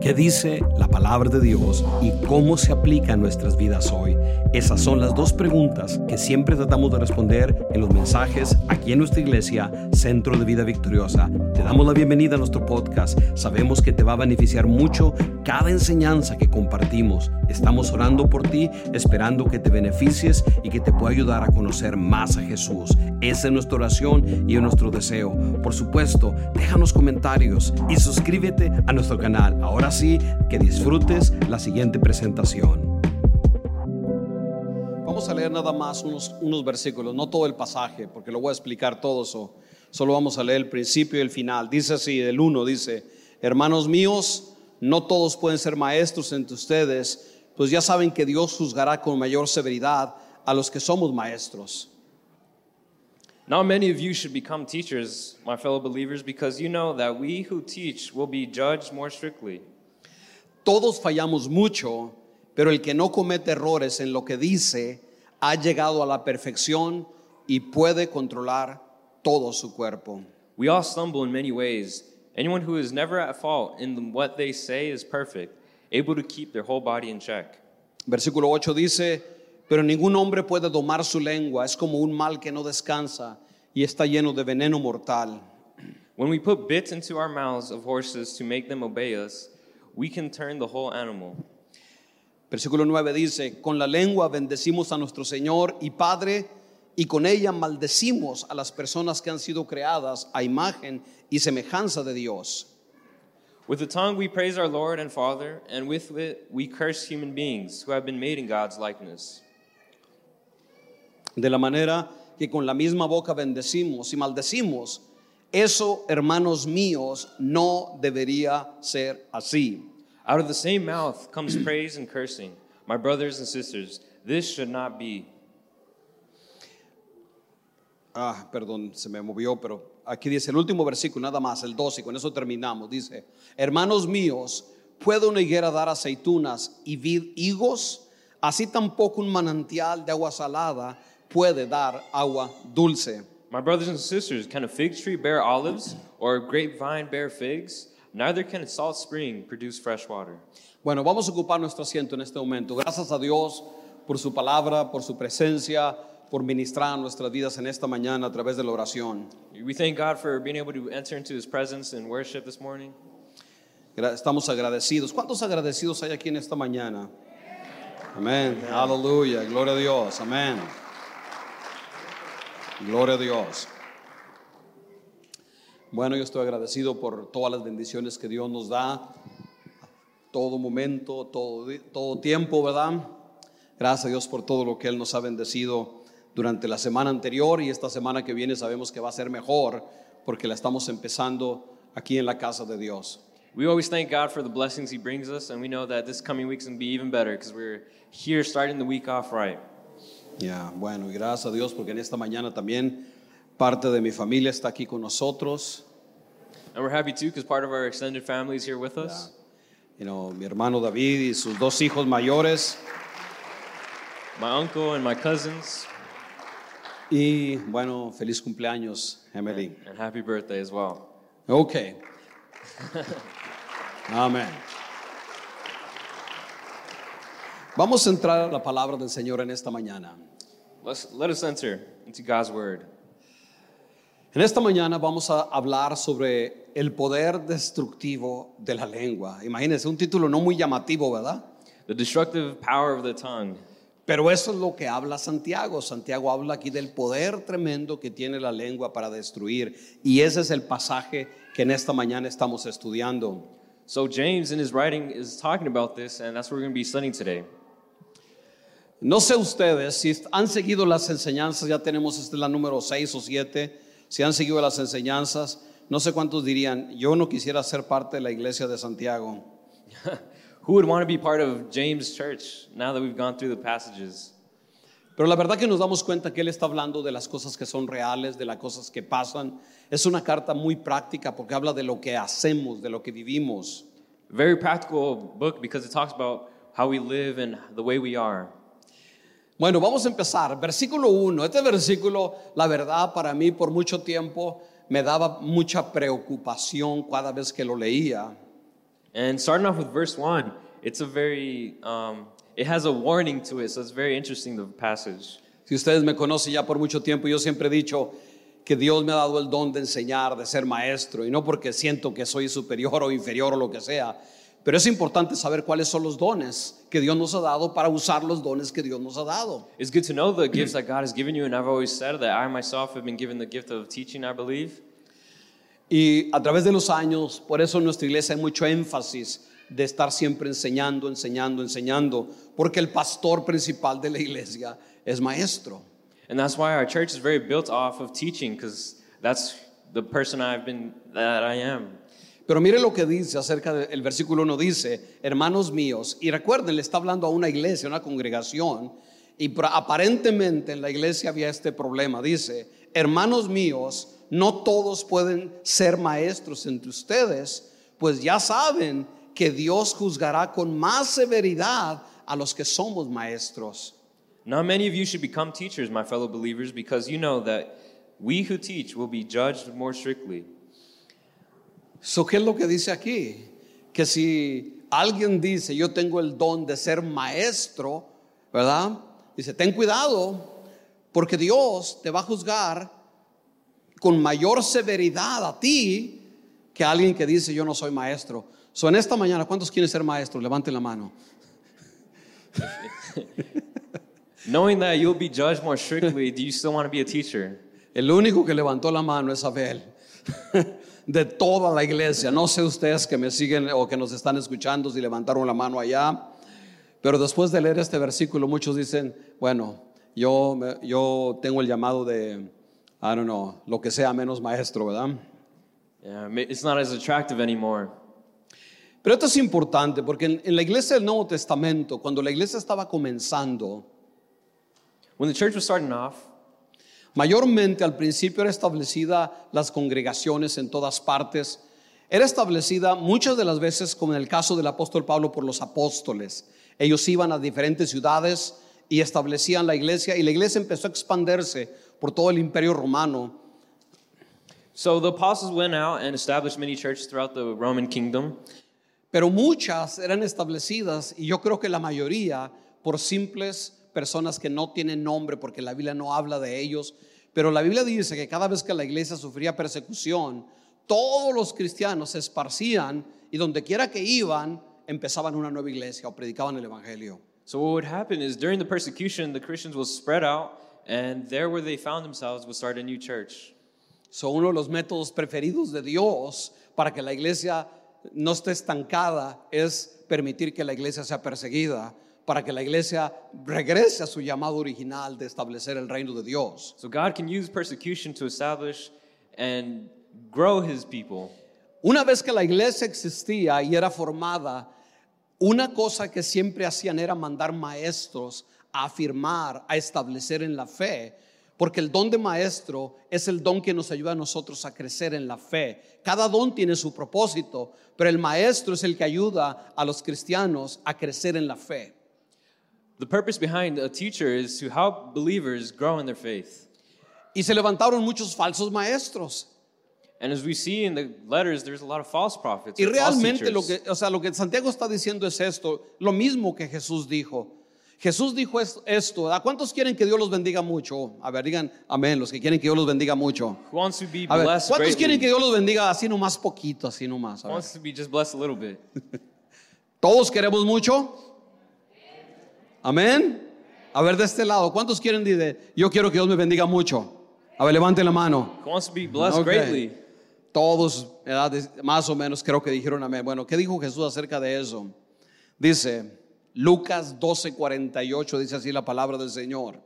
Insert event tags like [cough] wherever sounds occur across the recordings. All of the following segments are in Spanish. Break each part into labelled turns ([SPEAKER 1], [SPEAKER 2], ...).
[SPEAKER 1] ¿Qué dice la palabra de Dios y cómo se aplica a nuestras vidas hoy? Esas son las dos preguntas que siempre tratamos de responder en los mensajes aquí en nuestra iglesia, Centro de Vida Victoriosa. Te damos la bienvenida a nuestro podcast. Sabemos que te va a beneficiar mucho cada enseñanza que compartimos. Estamos orando por ti, esperando que te beneficies y que te pueda ayudar a conocer más a Jesús. Esa es nuestra oración y es nuestro deseo. Por supuesto, déjanos comentarios y suscríbete a nuestro canal. Ahora sí, que disfrutes la siguiente presentación. Vamos a leer nada más unos, unos versículos, no todo el pasaje, porque lo voy a explicar todo eso. Solo vamos a leer el principio y el final. Dice así, el 1 dice, hermanos míos, no todos pueden ser maestros entre ustedes, pues ya saben que Dios juzgará con mayor severidad a los que somos maestros.
[SPEAKER 2] Now, many of you should become teachers, my fellow believers, because you know that we who teach will be judged more strictly.
[SPEAKER 1] Todos fallamos mucho, pero el que no comete errores en lo que dice ha llegado a la perfección y puede controlar todo su cuerpo.
[SPEAKER 2] We all stumble in many ways. Anyone who is never at fault in what they say is perfect, able to keep their whole body in check.
[SPEAKER 1] Versículo 8 dice, pero ningún hombre puede domar su lengua, es como un mal que no descansa y está lleno de veneno mortal.
[SPEAKER 2] When we put bits into our mouths of horses to make them obey us, we can turn the whole animal.
[SPEAKER 1] Versículo 9 dice, con la lengua bendecimos a nuestro Señor y Padre, y con ella maldecimos a las personas que han sido creadas a imagen y semejanza de Dios.
[SPEAKER 2] With the tongue we praise our Lord and Father, and with it we curse human beings who have been made in God's likeness.
[SPEAKER 1] De la manera que con la misma boca bendecimos y maldecimos. Eso, hermanos míos, no debería ser así.
[SPEAKER 2] Out of the same mouth comes [clears throat] praise and cursing. My brothers and sisters, this should not be.
[SPEAKER 1] Ah, perdón, se me movió, pero aquí dice el último versículo, nada más, el 12, y con eso terminamos. Dice, hermanos míos, ¿puede una higuera dar aceitunas y vid higos? Así tampoco un manantial de agua salada puede dar agua dulce.
[SPEAKER 2] My brothers and sisters, can a fig tree bear olives or a grapevine bear figs? Neither can a salt spring produce fresh water.
[SPEAKER 1] Bueno, vamos a ocupar nuestro asiento en este momento. Gracias a Dios por su palabra, por su presencia, por ministrar nuestras vidas en esta mañana a través de la oración.
[SPEAKER 2] We thank God for being able to enter into His presence and worship this morning.
[SPEAKER 1] Gra- Estamos agradecidos. ¿Cuántos agradecidos hay aquí en esta mañana? Amén. Aleluya. Gloria a Dios. Amén. Gloria a Dios. Bueno, yo estoy agradecido por todas las bendiciones que Dios nos da. a Todo momento, todo, di- todo tiempo, ¿verdad? Gracias a Dios por todo lo que Él nos ha bendecido durante la semana anterior y esta semana que viene sabemos que va a ser mejor porque la estamos empezando aquí en la casa de Dios.
[SPEAKER 2] We always thank God for the blessings He brings us, and we know that this coming week's going to be even better because we're here starting the week off right.
[SPEAKER 1] Ya, bueno, y gracias a Dios porque en esta mañana también parte de mi familia está aquí con nosotros.
[SPEAKER 2] And we're happy too because part of our extended family is here with us.
[SPEAKER 1] You know, mi hermano David y sus dos hijos mayores.
[SPEAKER 2] My uncle and my cousins,
[SPEAKER 1] Y bueno, feliz cumpleaños, Emily.
[SPEAKER 2] and happy birthday as well.
[SPEAKER 1] Ok. Amén. Vamos a entrar a la palabra del Señor en esta mañana.
[SPEAKER 2] Let's, let us enter into God's word.
[SPEAKER 1] En esta mañana vamos a hablar sobre el poder destructivo de la lengua. Imagínense, un título no muy llamativo, ¿verdad?
[SPEAKER 2] The destructive power of the tongue.
[SPEAKER 1] Pero eso es lo que habla Santiago. Santiago habla aquí del poder tremendo que tiene la lengua para destruir. Y ese es el pasaje que en esta mañana estamos estudiando.
[SPEAKER 2] So, James in his writing is talking about this, and that's what we're going to be studying today.
[SPEAKER 1] No sé ustedes si han seguido las enseñanzas, ya tenemos esta es la número 6 o 7, si han seguido las enseñanzas, no sé cuántos dirían, yo no quisiera ser parte de la iglesia de Santiago.
[SPEAKER 2] Who would want to be part of James' church now that we've gone through the passages?
[SPEAKER 1] Pero la verdad que nos damos cuenta que él está hablando de las cosas que son reales, de las cosas que pasan. Es una carta muy práctica porque habla de lo que hacemos, de lo que vivimos.
[SPEAKER 2] Very practical book because it talks about how we live and the way we are.
[SPEAKER 1] Bueno, vamos a empezar. Versículo 1. Este versículo, la verdad, para mí por mucho tiempo me daba mucha preocupación cada vez que lo leía.
[SPEAKER 2] And starting off with verse 1, it's a very, um, it has a warning to it, so it's very interesting, the passage.
[SPEAKER 1] Si ustedes me conocen ya por mucho tiempo, yo siempre he dicho que Dios me ha dado el don de enseñar, de ser maestro, y no porque siento que soy superior o inferior o lo que sea, pero es importante saber cuáles son los dones que Dios nos ha dado para usar los dones que Dios nos ha dado.
[SPEAKER 2] It's good to know the gifts that God has given you, and I've always said that I myself have been given the gift of teaching, I believe.
[SPEAKER 1] Y a través de los años, por eso en nuestra iglesia hay mucho énfasis de estar siempre enseñando, enseñando, enseñando, porque el pastor principal de la iglesia es maestro.
[SPEAKER 2] And that's why our church is very built off of teaching, because that's the person I've been, that I am.
[SPEAKER 1] Pero mire lo que dice acerca del versículo 1, dice, hermanos míos, y recuerden, le está hablando a una iglesia, a una congregación, y pra- aparentemente en la iglesia había este problema, dice, hermanos míos, no todos pueden ser maestros entre ustedes, pues ya saben que Dios juzgará con más severidad a los que somos maestros.
[SPEAKER 2] Not many of you should become teachers, my fellow believers, because you know that we who teach will be judged more strictly.
[SPEAKER 1] So, ¿Qué es lo que dice aquí? Que si alguien dice, yo tengo el don de ser maestro, ¿verdad? Dice, ten cuidado, porque Dios te va a juzgar con mayor severidad a ti que a alguien que dice, yo no soy maestro. So, en esta mañana, ¿cuántos quieren ser maestros? Levanten la mano.
[SPEAKER 2] Knowing that you'll be judged more strictly, do you still want to be a teacher?
[SPEAKER 1] El único que levantó la mano es Abel. [laughs] De toda la iglesia. No sé ustedes que me siguen o que nos están escuchando si levantaron la mano allá. Pero después de leer este versículo, muchos dicen, bueno, yo, me- yo tengo el llamado de, I don't know, lo que sea menos maestro, ¿verdad?
[SPEAKER 2] Yeah, ma- it's not as attractive anymore.
[SPEAKER 1] Pero esto es importante porque en, en la iglesia del Nuevo Testamento, cuando la iglesia estaba comenzando,
[SPEAKER 2] When the church was starting off,
[SPEAKER 1] Mayormente al principio era establecida las congregaciones en todas partes. Era establecida muchas de las veces, como en el caso del apóstol Pablo, por los apóstoles. Ellos iban a diferentes ciudades y establecían la iglesia y la iglesia empezó a expandirse por todo el imperio romano.
[SPEAKER 2] so the apostles went out and established many churches throughout the Roman kingdom,
[SPEAKER 1] Pero muchas eran establecidas y yo creo que la mayoría por simples personas que no tienen nombre porque la Biblia no habla de ellos. Pero la Biblia dice que cada vez que la iglesia sufría persecución, todos los cristianos se esparcían y donde quiera que iban empezaban una nueva iglesia o predicaban el Evangelio.
[SPEAKER 2] So what would happen is during the persecution, the Christians will spread out, and there where they found themselves would start a new church.
[SPEAKER 1] Son uno de los métodos preferidos de Dios para que la iglesia no esté estancada es permitir que la iglesia sea perseguida, para que la iglesia regrese a su llamado original de establecer el reino de Dios.
[SPEAKER 2] So God can use persecution to establish and grow His people.
[SPEAKER 1] Una vez que la iglesia existía y era formada, una cosa que siempre hacían era mandar maestros a afirmar, a establecer en la fe, porque el don de maestro es el don que nos ayuda a nosotros a crecer en la fe. Cada don tiene su propósito, pero el maestro es el que ayuda a los cristianos a crecer en la fe.
[SPEAKER 2] The purpose behind a teacher is to help believers grow in their faith.
[SPEAKER 1] Y se levantaron muchos falsos maestros.
[SPEAKER 2] And as we see in the letters, there's a lot of false prophets.
[SPEAKER 1] Y
[SPEAKER 2] or false
[SPEAKER 1] realmente lo
[SPEAKER 2] teachers.
[SPEAKER 1] que, o sea, lo que Santiago está diciendo es esto, lo mismo que Jesús dijo. Jesús dijo es- esto, ¿a cuántos quieren que Dios los bendiga mucho? A ver, digan amén, los que quieren que Dios los bendiga mucho.
[SPEAKER 2] Who wants to be
[SPEAKER 1] A ver,
[SPEAKER 2] blessed
[SPEAKER 1] ¿cuántos quieren que
[SPEAKER 2] greatly?
[SPEAKER 1] Dios los bendiga así nomás poquito, así nomás? A ver.
[SPEAKER 2] Wants to be just blessed a little bit.
[SPEAKER 1] ¿Todos queremos mucho? Amén. A ver, de este lado, ¿cuántos quieren de- de, yo quiero que Dios me bendiga mucho? A ver, levanten la mano.
[SPEAKER 2] Who wants to be blessed
[SPEAKER 1] Ok.
[SPEAKER 2] greatly?
[SPEAKER 1] Todos, ¿verdad? De- más o menos, creo que dijeron amén. Bueno, ¿qué dijo Jesús acerca de eso? Dice Lucas 12:48, dice así la palabra del Señor.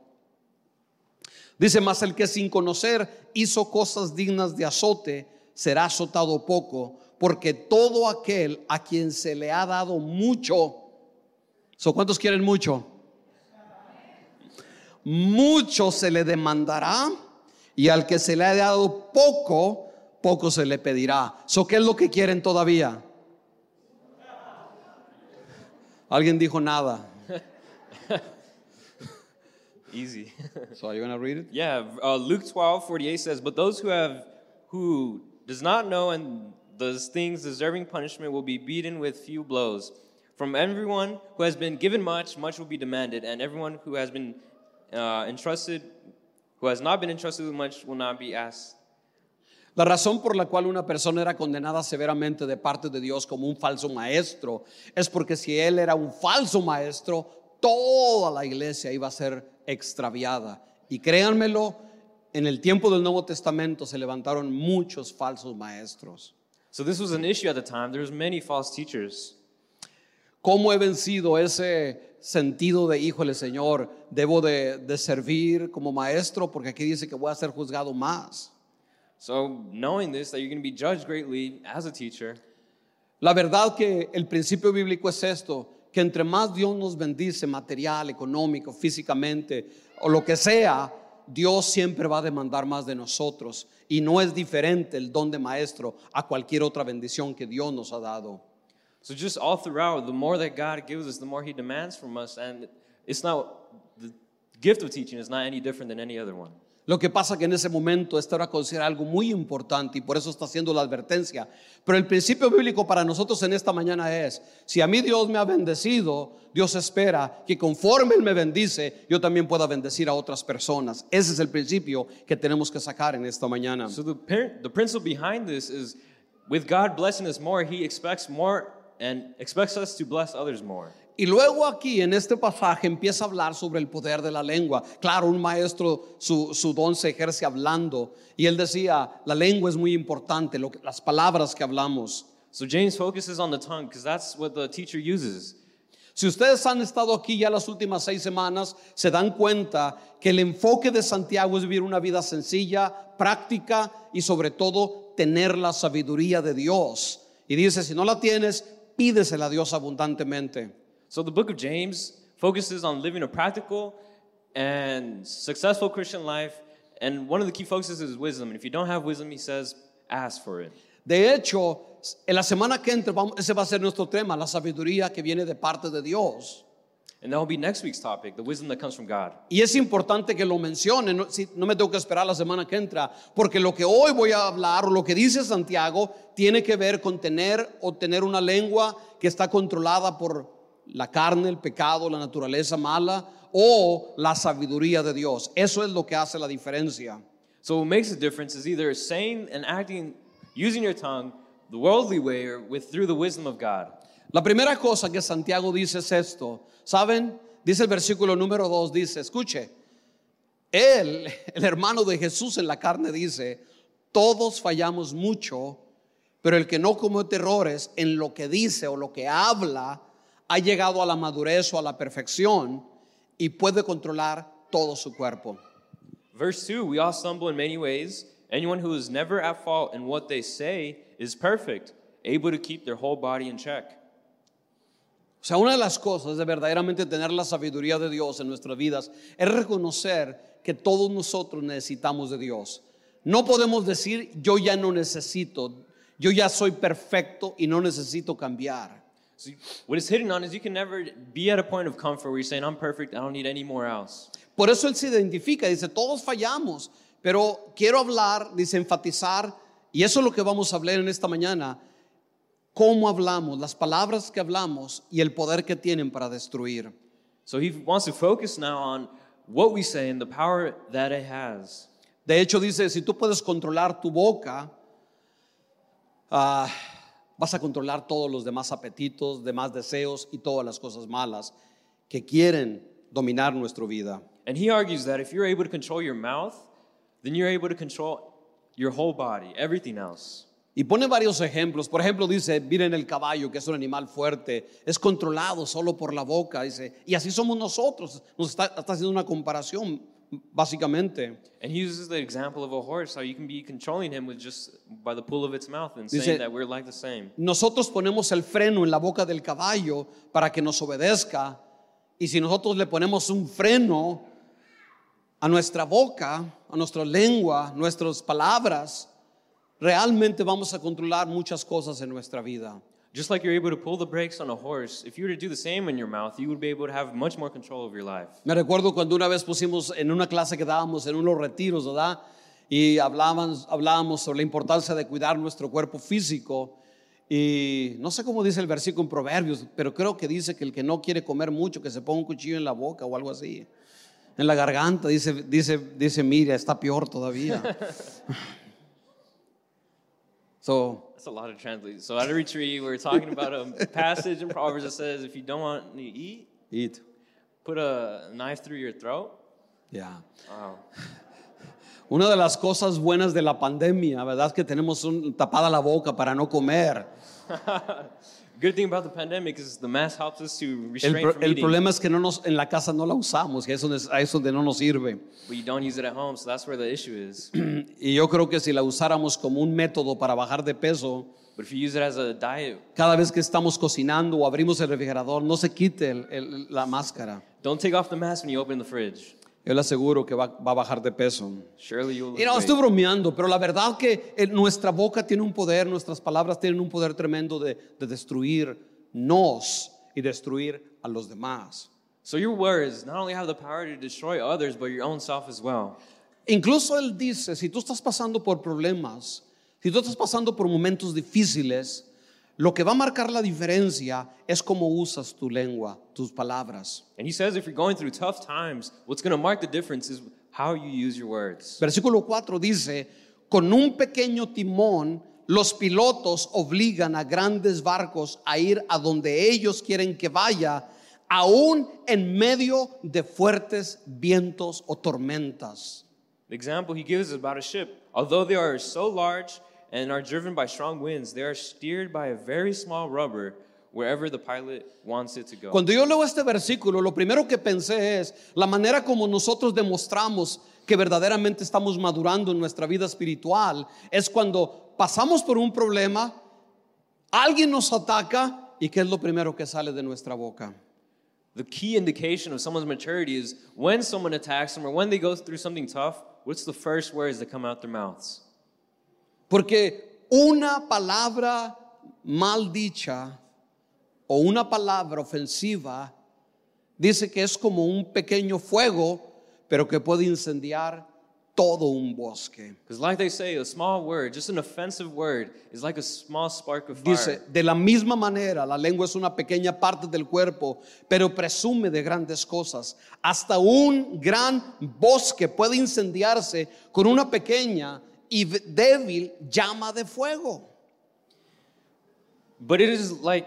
[SPEAKER 1] Dice, mas el que sin conocer hizo cosas dignas de azote, será azotado poco, porque todo aquel a quien se le ha dado mucho, ¿so cuántos quieren mucho? mucho se le demandará y al que se le ha dado poco, poco se le pedirá. So, ¿Qué es lo que quieren todavía? Alguien dijo nada.
[SPEAKER 2] Easy. [laughs]
[SPEAKER 1] So, you wanna read it?
[SPEAKER 2] Yeah, uh, Luke twelve forty eight says, But those who have, who does not know and Those things deserving punishment will be beaten with few blows. From everyone who has been given much, much will be demanded, and everyone who has been uh, entrusted, who has not been entrusted with much, will not be asked.
[SPEAKER 1] La razón por la cual una persona era condenada severamente de parte de Dios como un falso maestro es porque si él era un falso maestro, toda la iglesia iba a ser extraviada. Y créanmelo, en el tiempo del Nuevo Testamento se levantaron muchos falsos maestros.
[SPEAKER 2] So this was an issue at the time. There was many false teachers.
[SPEAKER 1] ¿Cómo he vencido ese sentido de, híjole Señor, debo de, de servir como maestro? Porque aquí dice que voy a ser juzgado más.
[SPEAKER 2] So knowing this, that you're going to be judged greatly as a teacher,
[SPEAKER 1] La verdad que el principio bíblico es esto, que entre más Dios nos bendice material, económico, físicamente o lo que sea, Dios siempre va a demandar más de nosotros y no es diferente el don de maestro a cualquier otra bendición que Dios nos ha dado.
[SPEAKER 2] So just all throughout, the more that God gives us, the more He demands from us, and it's not the gift of teaching is not any different than any other one.
[SPEAKER 1] Lo que pasa que en ese momento esto era considerado algo muy importante y por eso está haciendo la advertencia. Pero el principio bíblico para nosotros en esta mañana es, si a mí Dios me ha bendecido, Dios espera que conforme Él me bendice, yo también pueda bendecir a otras personas. Ese es el principio que tenemos que sacar en esta mañana.
[SPEAKER 2] So the par- the principle behind this is, with God blessing us more, He expects more and expects us to bless others more.
[SPEAKER 1] Y luego aquí en este pasaje empieza a hablar sobre el poder de la lengua. Claro, un maestro, su, su don se ejerce hablando. Y él decía, la lengua es muy importante, lo que- las palabras que hablamos.
[SPEAKER 2] So James focuses on the tongue because that's what the teacher uses.
[SPEAKER 1] Si ustedes han estado aquí ya las últimas seis semanas, se dan cuenta que el enfoque de Santiago es vivir una vida sencilla, práctica y sobre todo tener la sabiduría de Dios. Y dice, si no la tienes, pídesela a Dios abundantemente.
[SPEAKER 2] So the book of James focuses on living a practical and successful Christian life, and one of the key focuses is wisdom. And if you don't have wisdom, he says, ask for it.
[SPEAKER 1] De hecho, en la semana que entra, vamos- ese va a ser nuestro tema, la sabiduría que viene de parte de Dios.
[SPEAKER 2] And that will be next week's topic, the wisdom that comes from God.
[SPEAKER 1] Y es importante que lo mencionen, no, si- no me tengo que esperar la semana que entra, porque lo que hoy voy a hablar o lo que dice Santiago tiene que ver con tener o tener una lengua que está controlada por la carne, el pecado, la naturaleza mala o la sabiduría de Dios. Eso es lo que hace la diferencia.
[SPEAKER 2] So what makes a difference is either saying and acting using your tongue the worldly way or with through the wisdom of God.
[SPEAKER 1] La primera cosa que Santiago dice es esto. ¿Saben? Dice el versículo número 2, dice, escuche, él, [laughs] el hermano de Jesús en la carne, dice, todos fallamos mucho, pero el que no comete errores en lo que dice o lo que habla, ha llegado a la madurez o a la perfección y puede controlar todo su cuerpo.
[SPEAKER 2] Verse 2, we all stumble in many ways. Anyone who is never at fault in what they say is perfect, able to keep their whole body in check.
[SPEAKER 1] O sea, una de las cosas de verdaderamente tener la sabiduría de Dios en nuestras vidas es reconocer que todos nosotros necesitamos de Dios. No podemos decir, yo ya no necesito, yo ya soy perfecto y no necesito cambiar.
[SPEAKER 2] So what it's hitting on is you can never be at a point of comfort where you're saying, I'm perfect, I don't need any more else.
[SPEAKER 1] Por eso Él se identifica, dice, todos fallamos, pero quiero hablar, dice, enfatizar, y eso es lo que vamos a hablar en esta mañana, cómo hablamos, las palabras que hablamos y el poder que tienen para destruir.
[SPEAKER 2] So he wants to focus now on what we say and the power that it has.
[SPEAKER 1] De hecho, dice, si tú puedes controlar tu boca, ah, vas a controlar todos los demás apetitos, demás deseos y todas las cosas malas que quieren dominar nuestra vida.
[SPEAKER 2] And he argues that if you're able to control your mouth, then you're able to control your whole body, everything else.
[SPEAKER 1] Y pone varios ejemplos. Por ejemplo, dice, miren el caballo, que es un animal fuerte, es controlado solo por la boca. Dice, y así somos nosotros. Nos está, está haciendo una comparación, básicamente.
[SPEAKER 2] And he uses the example of a horse, how you can be controlling him with just by the pull of its mouth and
[SPEAKER 1] Dice-
[SPEAKER 2] saying that we're like the same.
[SPEAKER 1] Nosotros ponemos el freno en la boca del caballo para que nos obedezca. Y si nosotros le ponemos un freno a nuestra boca, a nuestra lengua, nuestras palabras, realmente vamos a controlar muchas cosas en nuestra vida.
[SPEAKER 2] Just like you're able to pull the brakes on a horse, if you were to do the same in your mouth, you would be able to have much more control of your life.
[SPEAKER 1] Me recuerdo cuando una vez pusimos en una clase que dábamos en unos retiros, ¿verdad? y hablaban, hablábamos sobre la importancia de cuidar nuestro cuerpo físico. Y no sé cómo dice el versículo en Proverbios, pero creo que dice que el que no quiere comer mucho, que se ponga un cuchillo en la boca o algo así, en la garganta, dice, dice, dice, mira, está peor todavía. [laughs] so,
[SPEAKER 2] That's a lot of translations. So at a retreat, we were talking about [laughs] a passage in Proverbs that says, if you don't want to eat,
[SPEAKER 1] eat.
[SPEAKER 2] put a knife through your throat.
[SPEAKER 1] Yeah.
[SPEAKER 2] Wow.
[SPEAKER 1] Una de las cosas buenas de la pandemia, ¿verdad? Es que tenemos un, tapada la boca para no comer.
[SPEAKER 2] [laughs] Good thing about the pandemic is the mask helps us to
[SPEAKER 1] El,
[SPEAKER 2] restrain
[SPEAKER 1] pro-
[SPEAKER 2] from
[SPEAKER 1] el
[SPEAKER 2] eating,
[SPEAKER 1] problema es que no nos, en la casa no la usamos, que eso es, a eso donde no nos sirve.
[SPEAKER 2] but you don't use it at home, so that's where the issue is. [clears throat]
[SPEAKER 1] Y yo creo que si la usáramos como un método para bajar de peso,
[SPEAKER 2] but if you use it as a diet,
[SPEAKER 1] cada vez que estamos cocinando o abrimos el refrigerador, no se quite el- el- la máscara.
[SPEAKER 2] don't take off the mask when you open the fridge.
[SPEAKER 1] Yo le aseguro que va, va a bajar de peso.
[SPEAKER 2] Surely you'll lose
[SPEAKER 1] Y no,
[SPEAKER 2] weight.
[SPEAKER 1] estoy bromeando, pero la verdad que eh, nuestra boca tiene un poder, nuestras palabras tienen un poder tremendo de, de destruirnos y destruir a los demás.
[SPEAKER 2] So your words not only have the power to destroy others, but your own self as well.
[SPEAKER 1] Incluso él dice, si tú estás pasando por problemas, si tú estás pasando por momentos difíciles, lo que va a marcar la diferencia es cómo usas tu lengua, tus palabras.
[SPEAKER 2] And he says if you're going through tough times, what's going to mark the difference is how you use your words.
[SPEAKER 1] Versículo 4 dice, con un pequeño timón, los pilotos obligan a grandes barcos a ir a donde ellos quieren que vaya, aún en medio de fuertes vientos o tormentas.
[SPEAKER 2] The example he gives is about a ship. Although they are so large and are driven by strong winds, they are steered by a very small rubber wherever the pilot wants it to go.
[SPEAKER 1] Cuando yo leo este versículo, lo primero que pensé es la manera como nosotros demostramos que verdaderamente estamos madurando en nuestra vida espiritual es cuando pasamos por un problema, alguien nos ataca y qué es lo primero que sale de nuestra boca.
[SPEAKER 2] the key indication of someone's maturity is when someone attacks them or when they go through something tough, what's the first words that come out their mouths?
[SPEAKER 1] Porque una palabra mal dicha o una palabra ofensiva dice que es como un pequeño fuego, pero que puede incendiar todo un bosque.
[SPEAKER 2] Because, like they say, a small word, just an offensive word, is like a small spark of fire.
[SPEAKER 1] Dice, de la misma manera, la lengua es una pequeña parte del cuerpo, pero presume de grandes cosas. Hasta un gran bosque puede incendiarse con una pequeña y v- débil llama de fuego.
[SPEAKER 2] But it is like,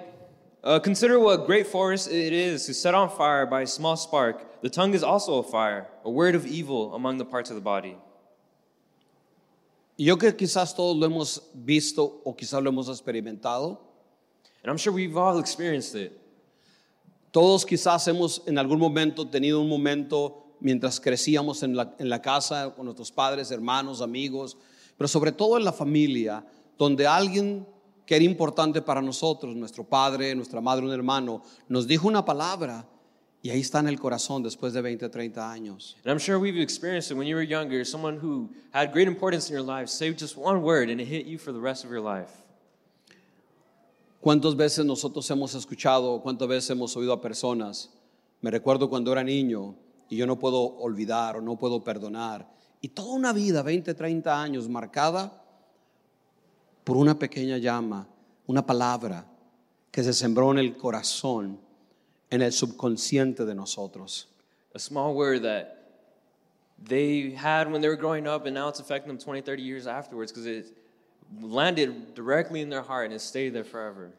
[SPEAKER 2] uh, consider what a great forest it is to set on fire by a small spark. The tongue is also a fire, a word of evil among the parts of the body.
[SPEAKER 1] Y yo que quizás todos lo hemos visto o quizás lo hemos experimentado,
[SPEAKER 2] And I'm sure we've all experienced it.
[SPEAKER 1] todos quizás hemos en algún momento tenido un momento mientras crecíamos en la, en la casa con nuestros padres, hermanos, amigos, pero sobre todo en la familia, donde alguien que era importante para nosotros, nuestro padre, nuestra madre, un hermano, nos dijo una palabra y ahí está en el corazón después de 20, 30 años.
[SPEAKER 2] And I'm sure we've experienced it when you were younger. Someone who had great importance in your life say just one word and it hit you for the rest of your life.
[SPEAKER 1] ¿Cuántas veces nosotros hemos escuchado, cuántas veces hemos oído a personas? Me recuerdo cuando era niño y yo no puedo olvidar o no puedo perdonar. Y toda una vida, 20, 30 años, marcada por una pequeña llama, una palabra que se sembró en el corazón, en el subconsciente de nosotros.
[SPEAKER 2] A small word that they had when they were growing up and now it's affecting them 20, 30 years afterwards because it landed directly in their heart and it stayed there forever.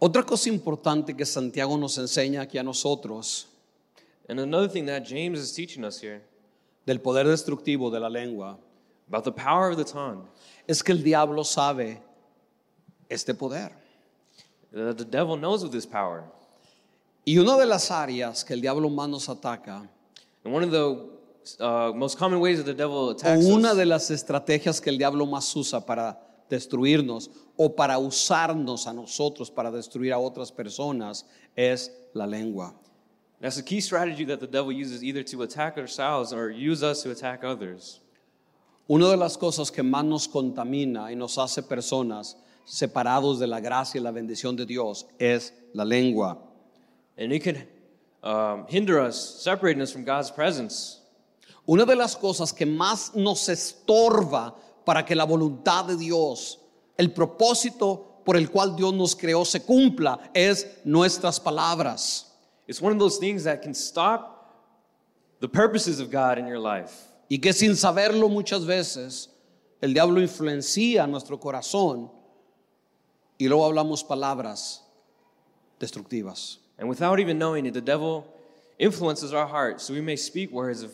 [SPEAKER 1] Otra cosa importante que Santiago nos enseña aquí a nosotros
[SPEAKER 2] And another thing that James is teaching us here
[SPEAKER 1] del poder destructivo de la lengua
[SPEAKER 2] about the power of the tongue,
[SPEAKER 1] es que el diablo sabe este poder.
[SPEAKER 2] that the devil knows of this power.
[SPEAKER 1] Y una de las áreas que el diablo más nos ataca,
[SPEAKER 2] And one of the uh, most common ways that the devil
[SPEAKER 1] o
[SPEAKER 2] attacks
[SPEAKER 1] una
[SPEAKER 2] us,
[SPEAKER 1] de las estrategias que el diablo más usa para destruirnos o para usarnos a nosotros para destruir a otras personas, es la lengua.
[SPEAKER 2] that's a key strategy that the devil uses either to attack ourselves or use us to attack others.
[SPEAKER 1] Una de las cosas que más nos contamina y nos hace personas separados de la gracia y la bendición de Dios es la lengua.
[SPEAKER 2] And it can um, hinder us, separating us from God's presence.
[SPEAKER 1] Una de las cosas que más nos estorba para que la voluntad de Dios, el propósito por el cual Dios nos creó se cumpla, es nuestras palabras.
[SPEAKER 2] It's one of those things that can stop the purposes of God in your life.
[SPEAKER 1] Y que sin saberlo muchas veces, el diablo influencia nuestro corazón y luego hablamos palabras destructivas.
[SPEAKER 2] And without even knowing it, the devil influences our heart so we may speak words of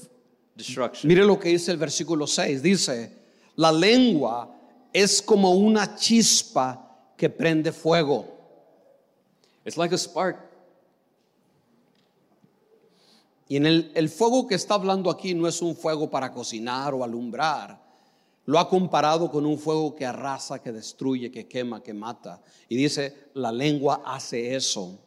[SPEAKER 2] destruction.
[SPEAKER 1] Mire lo que dice el versículo 6. Dice, la lengua es como una chispa que prende fuego.
[SPEAKER 2] It's like a spark.
[SPEAKER 1] Y en el, el fuego que está hablando aquí no es un fuego para cocinar o alumbrar. Lo ha comparado con un fuego que arrasa, que destruye, que quema, que mata. Y dice, la lengua hace eso.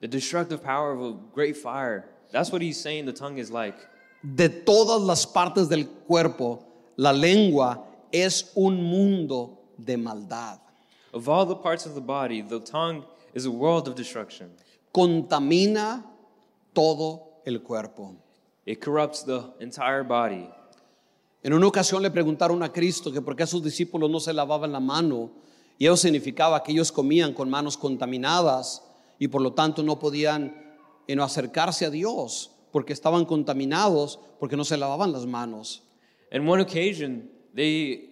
[SPEAKER 2] The destructive power of a great fire. That's what he's saying the tongue is like.
[SPEAKER 1] De todas las partes del cuerpo, la lengua es un mundo de maldad.
[SPEAKER 2] Of all the parts of the body, the tongue is a world of destruction.
[SPEAKER 1] Contamina todo el cuerpo.
[SPEAKER 2] It corrupts the entire body.
[SPEAKER 1] En una ocasión le preguntaron a Cristo que por qué sus discípulos no se lavaban la mano y eso significaba que ellos comían con manos contaminadas y por lo tanto no podían eh, no, acercarse a Dios porque estaban contaminados porque no se lavaban las manos.
[SPEAKER 2] And one occasion, they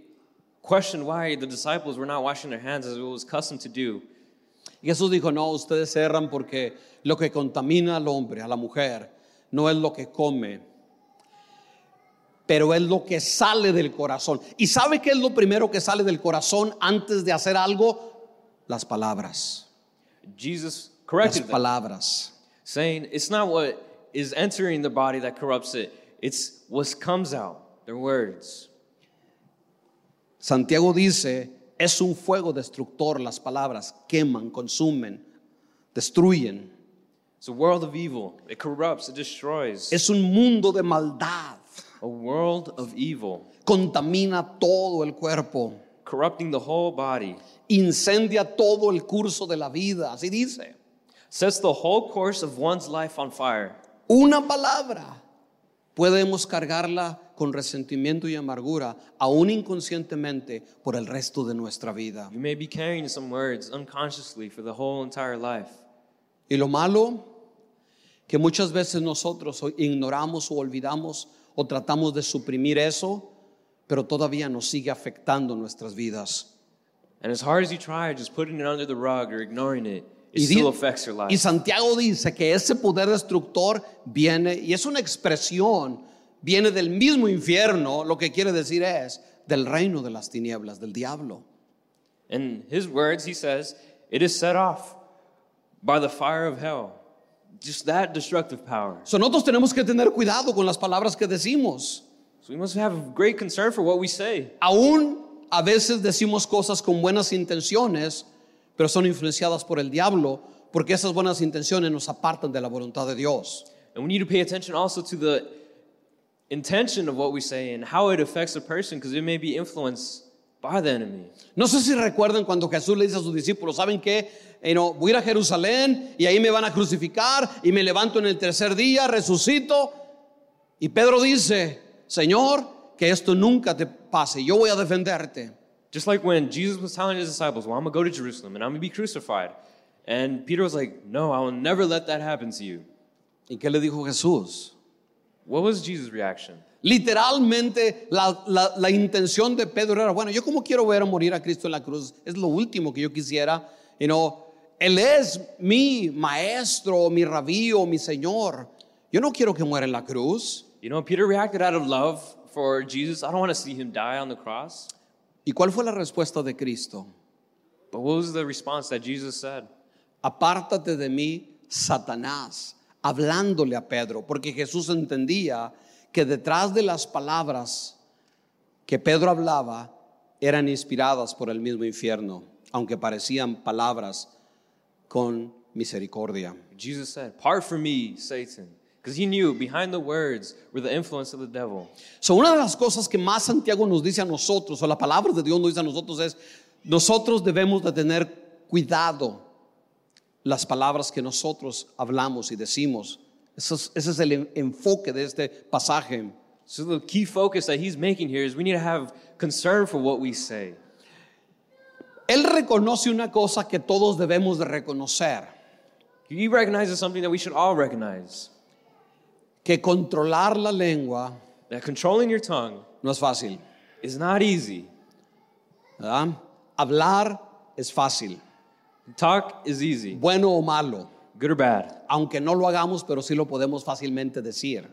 [SPEAKER 2] questioned why the disciples were not washing their hands as it was custom to do.
[SPEAKER 1] Y Jesús dijo, no, ustedes erran porque lo que contamina al hombre, a la mujer, no es lo que come, pero es lo que sale del corazón. ¿Y sabe qué es lo primero que sale del corazón antes de hacer algo? Las palabras.
[SPEAKER 2] Jesus
[SPEAKER 1] Las
[SPEAKER 2] corrected them,
[SPEAKER 1] palabras.
[SPEAKER 2] saying, It's not what is entering the body that corrupts it, it's what comes out, their words.
[SPEAKER 1] Santiago dice, es un fuego destructor las palabras, queman, consumen, destruyen.
[SPEAKER 2] It's a world of evil. It corrupts, it destroys.
[SPEAKER 1] Es un mundo de maldad,
[SPEAKER 2] a world of evil,
[SPEAKER 1] contamina todo el cuerpo,
[SPEAKER 2] corrupting the whole body,
[SPEAKER 1] incendia todo el curso de la vida, así dice.
[SPEAKER 2] sets the whole course of one's life on fire.
[SPEAKER 1] Una palabra podemos cargarla con resentimiento y amargura, aún inconscientemente, por el resto de nuestra vida.
[SPEAKER 2] You may be carrying some words unconsciously for the whole entire life.
[SPEAKER 1] Y lo malo, que muchas veces nosotros o ignoramos o olvidamos o tratamos de suprimir eso, pero todavía nos sigue afectando nuestras vidas.
[SPEAKER 2] And as hard as you try, just putting it under the rug or ignoring it, it
[SPEAKER 1] Y, di-
[SPEAKER 2] still affects your
[SPEAKER 1] y
[SPEAKER 2] life.
[SPEAKER 1] Santiago dice que ese poder destructor viene, y es una expresión, viene del mismo infierno, lo que quiere decir es del reino de las tinieblas, del diablo.
[SPEAKER 2] In his words, he says, it is set off by the fire of hell. Just that destructive power.
[SPEAKER 1] So, nosotros tenemos que tener cuidado con las palabras que decimos.
[SPEAKER 2] So we must have great concern for what we say.
[SPEAKER 1] Aún a veces decimos cosas con buenas intenciones, pero son influenciadas por el diablo, porque esas buenas intenciones nos apartan de la voluntad de Dios.
[SPEAKER 2] And we need to pay attention also to the intention of what we say and how it affects a person because it may be influenced by the enemy.
[SPEAKER 1] No sé si recuerdan cuando Jesús le dice a sus discípulos, ¿saben qué? Eh, no, voy a ir a Jerusalén y ahí me van a crucificar y me levanto en el tercer día, resucito. Y Pedro dice, Señor, que esto nunca te pase, yo voy a defenderte.
[SPEAKER 2] Just like when Jesus was telling his disciples, Well, I'm going to go to Jerusalem and I'm going to be crucified. And Peter was like, No, I will never let that happen to you.
[SPEAKER 1] ¿Y qué le dijo Jesús?
[SPEAKER 2] What was Jesus' reaction?
[SPEAKER 1] Literalmente la, la- la intención de Pedro era, bueno, yo como quiero ver morir a Cristo en la cruz, es lo último que yo quisiera, y no, Él es mi maestro, mi rabí o mi Señor, yo no quiero que muera en la cruz.
[SPEAKER 2] You know, Peter reacted out of love for Jesus. I don't want to see him die on the cross.
[SPEAKER 1] ¿Y cuál fue la respuesta de Cristo?
[SPEAKER 2] But what was the response that Jesus said?
[SPEAKER 1] Apártate de mí, Satanás, hablándole a Pedro, porque Jesús entendía que detrás de las palabras que Pedro hablaba eran inspiradas por el mismo infierno, aunque parecían palabras con misericordia.
[SPEAKER 2] Jesus said, Part from me, Satan. Because he knew behind the words were the influence of the devil.
[SPEAKER 1] So, una de las cosas que más Santiago nos dice a nosotros, o la palabra de Dios nos dice a nosotros, es, nosotros debemos de tener cuidado las palabras que nosotros hablamos y decimos. Eso es- ese es el en- enfoque de este pasaje.
[SPEAKER 2] So the key focus that he's making here is we need to have concern for what we say.
[SPEAKER 1] Él reconoce una cosa que todos debemos de reconocer,
[SPEAKER 2] He recognizes something that we should all recognize
[SPEAKER 1] que controlar la lengua
[SPEAKER 2] that controlling your tongue
[SPEAKER 1] no es fácil.
[SPEAKER 2] is not easy.
[SPEAKER 1] ¿verdad? Hablar es fácil,
[SPEAKER 2] Talk is easy,
[SPEAKER 1] bueno o malo,
[SPEAKER 2] good or bad.
[SPEAKER 1] aunque no lo hagamos, pero sí lo podemos fácilmente decir.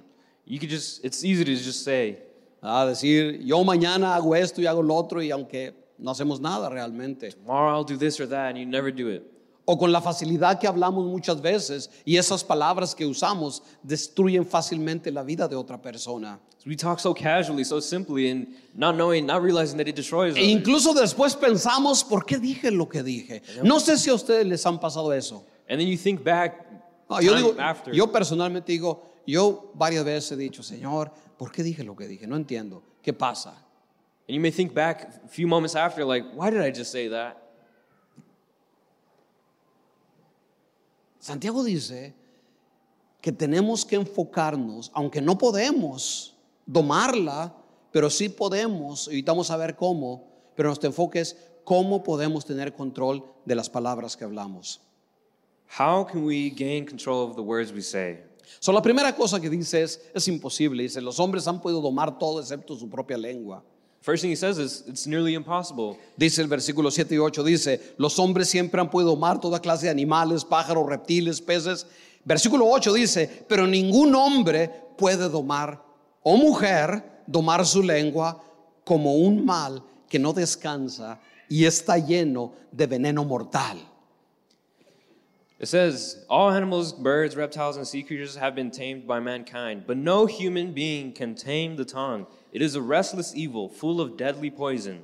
[SPEAKER 2] You could just, it's easy to just say,
[SPEAKER 1] ¿verdad? Decir, yo mañana hago esto y hago lo otro y aunque no hacemos nada realmente.
[SPEAKER 2] tomorrow I'll do this or that, and you never do it.
[SPEAKER 1] O con la facilidad que hablamos muchas veces y esas palabras que usamos destruyen fácilmente la vida de otra persona.
[SPEAKER 2] So we talk so casually, so simply, and not knowing, not realizing that it destroys
[SPEAKER 1] E
[SPEAKER 2] us.
[SPEAKER 1] incluso después pensamos, ¿por qué dije lo que dije? No sé si a ustedes les han pasado eso.
[SPEAKER 2] And then you think back
[SPEAKER 1] No, yo,
[SPEAKER 2] time
[SPEAKER 1] digo,
[SPEAKER 2] after.
[SPEAKER 1] yo personalmente digo, yo varias veces he dicho, Señor, ¿por qué dije lo que dije? No entiendo. ¿Qué pasa?
[SPEAKER 2] And you may think back a few moments after, like, why did I just say that?
[SPEAKER 1] Santiago dice que tenemos que enfocarnos, aunque no podemos domarla, pero sí podemos, y vamos a ver cómo, pero nuestro enfoque es cómo podemos tener control de las palabras que hablamos.
[SPEAKER 2] How can we gain control of the words we say?
[SPEAKER 1] So, la primera cosa que dice es, es imposible, dice, los hombres han podido domar todo excepto su propia lengua.
[SPEAKER 2] First thing he says is, it's nearly impossible.
[SPEAKER 1] Dice el versículo 7 y 8, dice, los hombres siempre han podido domar toda clase de animales, pájaros, reptiles, peces. Versículo 8 dice, pero ningún hombre puede domar o mujer domar su lengua como un mal que no descansa y está lleno de veneno mortal.
[SPEAKER 2] It says, All animals, birds, reptiles, and sea creatures have been tamed by mankind, but no human being can tame the tongue. It is a restless evil, full of deadly poison.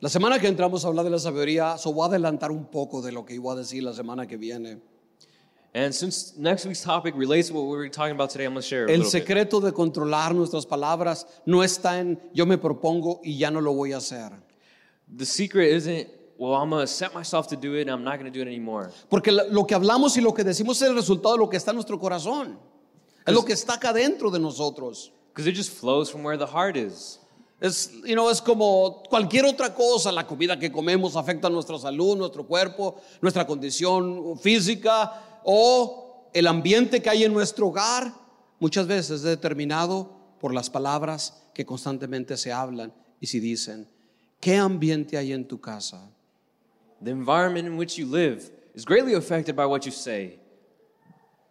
[SPEAKER 1] La semana que entramos a hablar de la sabiduría, so voy a adelantar un poco de lo que iba a decir la semana que viene.
[SPEAKER 2] And since next week's topic relates to what we were talking about today, I'm going to share a
[SPEAKER 1] El
[SPEAKER 2] little bit.
[SPEAKER 1] secreto de controlar nuestras palabras no está en yo me propongo y ya no lo voy a hacer.
[SPEAKER 2] The secret isn't, well, I'm going to set myself to do it and I'm not going to do it anymore.
[SPEAKER 1] Porque la- lo que hablamos y lo que decimos es el resultado de lo que está en nuestro corazón. Es lo que está acá dentro de nosotros.
[SPEAKER 2] Because it just flows from where the heart is.
[SPEAKER 1] Es, you know, es como cualquier otra cosa, la comida que comemos afecta nuestra salud, nuestro cuerpo, nuestra condición física o el ambiente que hay en nuestro hogar. Muchas veces es determinado por las palabras que constantemente se hablan y si dicen, ¿qué ambiente hay en tu casa?
[SPEAKER 2] The environment in which you live is greatly affected by what you say,